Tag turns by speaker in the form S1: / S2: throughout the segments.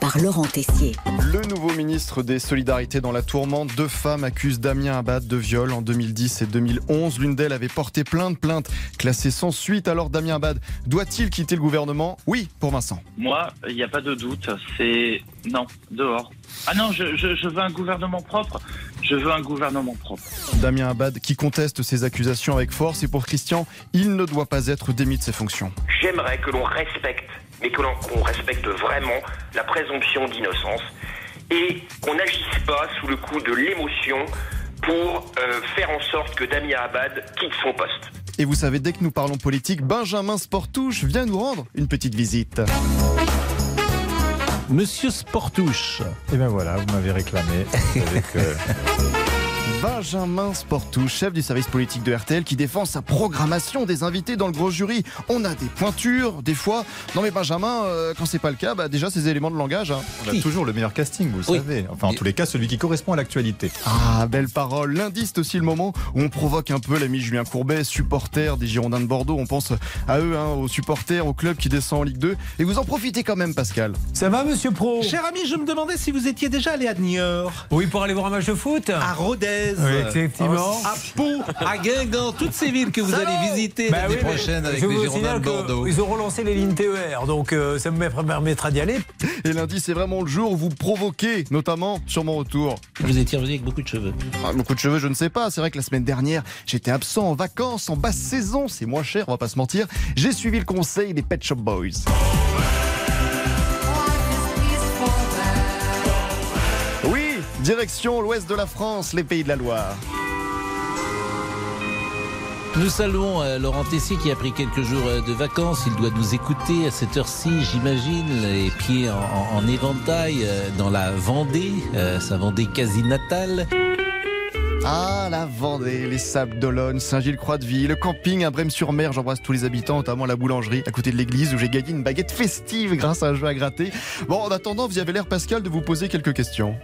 S1: par Laurent Tessier.
S2: Le nouveau ministre des Solidarités dans la tourmente, deux femmes accusent Damien Abad de viol en 2010 et 2011. L'une d'elles avait porté plainte, plainte classée sans suite. Alors Damien Abad, doit-il quitter le gouvernement Oui, pour Vincent.
S3: Moi, il n'y a pas de doute. C'est non, dehors. Ah non, je, je- je veux un gouvernement propre. Je veux un gouvernement propre.
S2: Damien Abad qui conteste ces accusations avec force et pour Christian, il ne doit pas être démis de ses fonctions.
S4: J'aimerais que l'on respecte, mais que l'on qu'on respecte vraiment la présomption d'innocence et qu'on n'agisse pas sous le coup de l'émotion pour euh, faire en sorte que Damien Abad quitte son poste.
S2: Et vous savez, dès que nous parlons politique, Benjamin Sportouche vient nous rendre une petite visite.
S5: Monsieur Sportouche.
S6: Et
S7: ben
S6: bien voilà, vous m'avez réclamé.
S2: Benjamin Sportou, chef du service politique de RTL, qui défend sa programmation des invités dans le gros jury. On a des pointures, des fois. Non mais Benjamin, euh, quand c'est pas le cas, bah déjà ces éléments de langage. hein.
S6: On a toujours le meilleur casting, vous le
S5: Oui.
S6: savez. Enfin, en
S5: Et-
S6: tous les cas, celui qui correspond à l'actualité.
S2: Ah, belle parole. Lundi, c'est aussi le moment où on provoque un peu l'ami Julien Courbet, supporter des Girondins de Bordeaux. On pense à eux, hein, aux supporters, au club qui descend en Ligue 2. Et vous en profitez quand même, Pascal.
S7: Ça va, monsieur Pro
S5: Cher ami, je me demandais si vous étiez déjà allé à Niort,
S7: Oui, pour aller voir un match de foot
S5: à Rodez,
S6: Oui, effectivement.
S5: Euh, oh, à Pau, à Guingamp, toutes ces villes que vous allez visiter
S7: Bah
S5: l'année
S7: oui, mais
S5: prochaine avec
S7: je
S5: les
S7: vous
S5: Girondins
S7: signale
S5: de
S7: que
S5: Bordeaux.
S7: Ils ont relancé les lignes TER, donc euh, ça me permettra d'y aller.
S2: Et lundi, c'est vraiment le jour où vous provoquez, notamment sur mon retour.
S5: Vous étiez revenu avec beaucoup de cheveux.
S2: Ah, beaucoup de cheveux, je ne sais pas. C'est vrai que la semaine dernière, j'étais absent en vacances, en basse saison. C'est moins cher, on va pas se mentir. J'ai suivi le conseil des Pet Shop Boys. Oui, direction l'ouest de la France, les pays de la Loire.
S8: Nous saluons euh, Laurent Tessier qui a pris quelques jours euh, de vacances. Il doit nous écouter à cette heure-ci, j'imagine, les pieds en, en- en éventail euh, dans la Vendée, euh, sa Vendée quasi natale.
S2: Ah, la Vendée, les Sables d'Olonne, Saint-Gilles-Croix-de-Vie, le camping à Brême-sur-Mer. J'embrasse tous les habitants, notamment la boulangerie à côté de l'église où j'ai gagné une baguette festive grâce à un jeu à gratter. Bon, en attendant, vous avez l'air, Pascal, de vous poser quelques questions.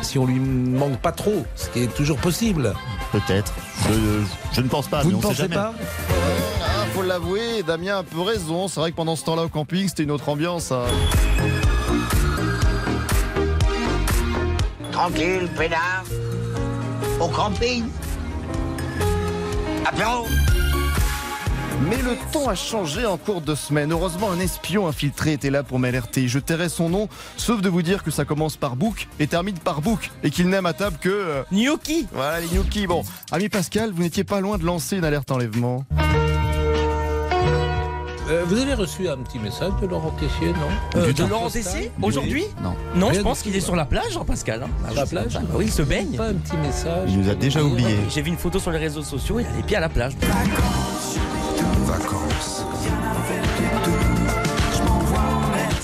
S8: Si on lui manque pas trop, ce qui est toujours possible.
S9: Peut-être. Je, je ne pense pas,
S8: Vous
S9: mais
S8: ne
S9: on sait
S8: pensez
S9: jamais.
S8: pas
S2: Ah, faut l'avouer, Damien a un peu raison. C'est vrai que pendant ce temps-là au camping, c'était une autre ambiance. hein.
S4: Tranquille, pénard, au camping, apéro.
S2: Mais le temps a changé en cours de semaine. Heureusement, un espion infiltré était là pour m'alerter. Je tairai son nom, sauf de vous dire que ça commence par Book et termine par Book. Et qu'il n'aime à table que. euh,
S7: Gnocchi
S2: voilà, les gnocchis. Bon, ami Pascal, vous n'étiez pas loin de lancer une alerte enlèvement.
S8: Euh, Vous avez reçu un petit message de Laurent Tessier, non
S7: Euh,
S8: Du
S7: de
S8: temps
S7: Laurent
S8: postal
S7: Tessier
S8: Oui.
S7: Aujourd'hui
S2: Non.
S7: Non,
S8: Rien
S7: je
S8: du
S7: pense
S8: tout,
S7: qu'il est
S8: ouais.
S7: sur la plage, hein, Pascal. hein.
S8: Sur la plage
S7: Bah oui, il se baigne.
S8: Ah, Pas un petit message.
S9: Il nous a
S8: pour
S9: déjà
S8: nous dire-
S9: oubliés.
S7: J'ai vu une photo sur les réseaux sociaux, il a les pieds à la plage.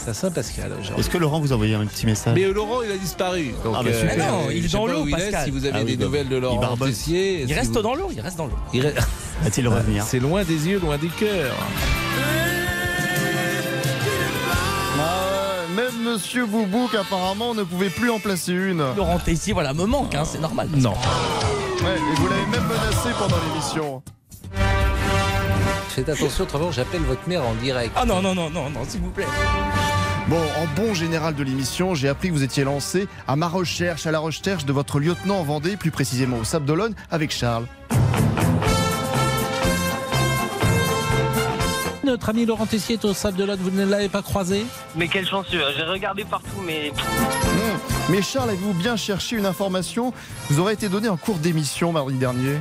S8: Ça sent Pascal. genre.
S9: Est-ce que Laurent vous a envoyé un petit message
S8: Mais euh, Laurent, il a disparu. Donc, euh,
S9: Ah bah super.
S7: Ah non, il est
S8: je sais
S7: dans
S8: pas
S7: l'eau,
S8: où il est,
S7: Pascal.
S8: Si vous avez
S9: Ah oui,
S8: des
S9: bah,
S8: nouvelles de
S9: il
S8: Laurent
S9: barbote.
S8: Tessier,
S7: Il
S8: si
S7: reste
S8: vous-
S7: dans l'eau, il reste dans l'eau.
S8: Il re-
S9: Va-t-il revenir
S8: C'est loin des yeux, loin du cœur.
S2: Ah ouais, même Monsieur Boubouk, apparemment, ne pouvait plus en placer une.
S7: Laurent Tessier, voilà, me manque, hein, c'est normal.
S8: Non.
S2: Ouais, et vous l'avez même menacé pendant l'émission.
S8: Faites attention, autrement j'appelle votre mère en direct.
S7: Ah non, non, non, non, non, s'il vous plaît.
S2: Bon, en bon général de l'émission, j'ai appris que vous étiez lancé à ma recherche, à la recherche de votre lieutenant en Vendée, plus précisément au Sable d'Olonne, avec Charles.
S8: Notre ami Laurent Tessier est au Sable de l'Aude, vous ne l'avez pas croisé
S4: Mais quel chanceux, j'ai regardé partout, mais
S2: Mmh. Mais Charles, avez-vous bien cherché une information Vous aurez été donnée en cours d'émission mardi dernier.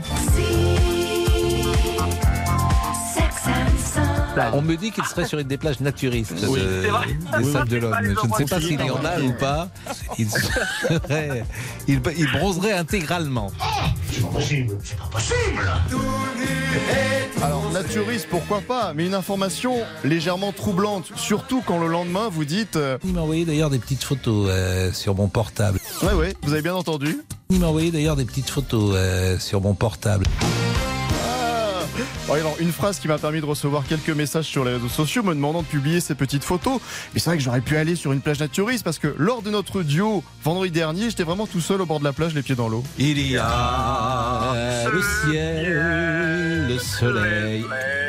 S8: On me dit qu'il serait sur une des plages naturistes
S9: Oui,
S8: de-
S4: c'est vrai.
S8: des Sables de
S4: pas
S8: l'Aude.
S4: les
S8: Je ne sais
S4: endroits
S8: pas
S4: où
S8: s'il y en a ou pas. Il, serait- il- il bronzerait intégralement.
S2: Alors, naturiste, pourquoi pas Mais une information légèrement troublante, surtout quand le lendemain vous dites. euh,
S8: Il m'a envoyé d'ailleurs des petites photos euh, sur mon portable.
S2: Ouais, ouais, vous avez bien entendu.
S8: Il m'a envoyé d'ailleurs des petites photos euh, sur mon portable.
S2: Ah, Bon, alors, une phrase qui m'a permis de recevoir quelques messages sur les réseaux sociaux me demandant de publier ces petites photos. Mais c'est vrai que j'aurais pu aller sur une plage naturiste parce que lors de notre duo vendredi dernier, j'étais vraiment tout seul au bord de la plage, les pieds dans l'eau.
S8: Il y a Ah, le ciel, le soleil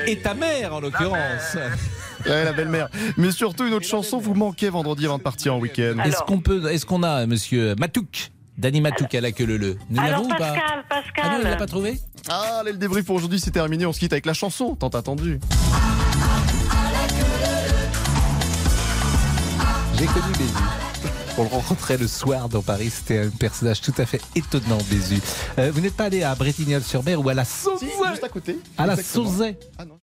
S8: et ta mère en l'occurrence.
S2: Ouais, la belle-mère. Mais surtout, une autre chanson vous manquait vendredi avant de partir en week-end.
S8: Est-ce qu'on peut, est-ce qu'on a Monsieur Matouk, Danny Matouk à la queue leu leu Nous l'avons
S10: Alors
S8: ou pas
S10: Pascal, Pascal.
S8: Ah non, il l'a pas trouvé.
S2: Ah, allez, le débrief pour aujourd'hui, c'est terminé. On se quitte avec la chanson, tant attendue.
S8: J'ai connu Bézu. On le rencontrait le soir dans Paris, c'était un personnage tout à fait étonnant, Bézu. Euh, vous n'êtes pas allé à Bretignolles-sur-Mer ou à la Sauzet
S2: à côté.
S8: À la
S2: Exactement.
S8: Sauzet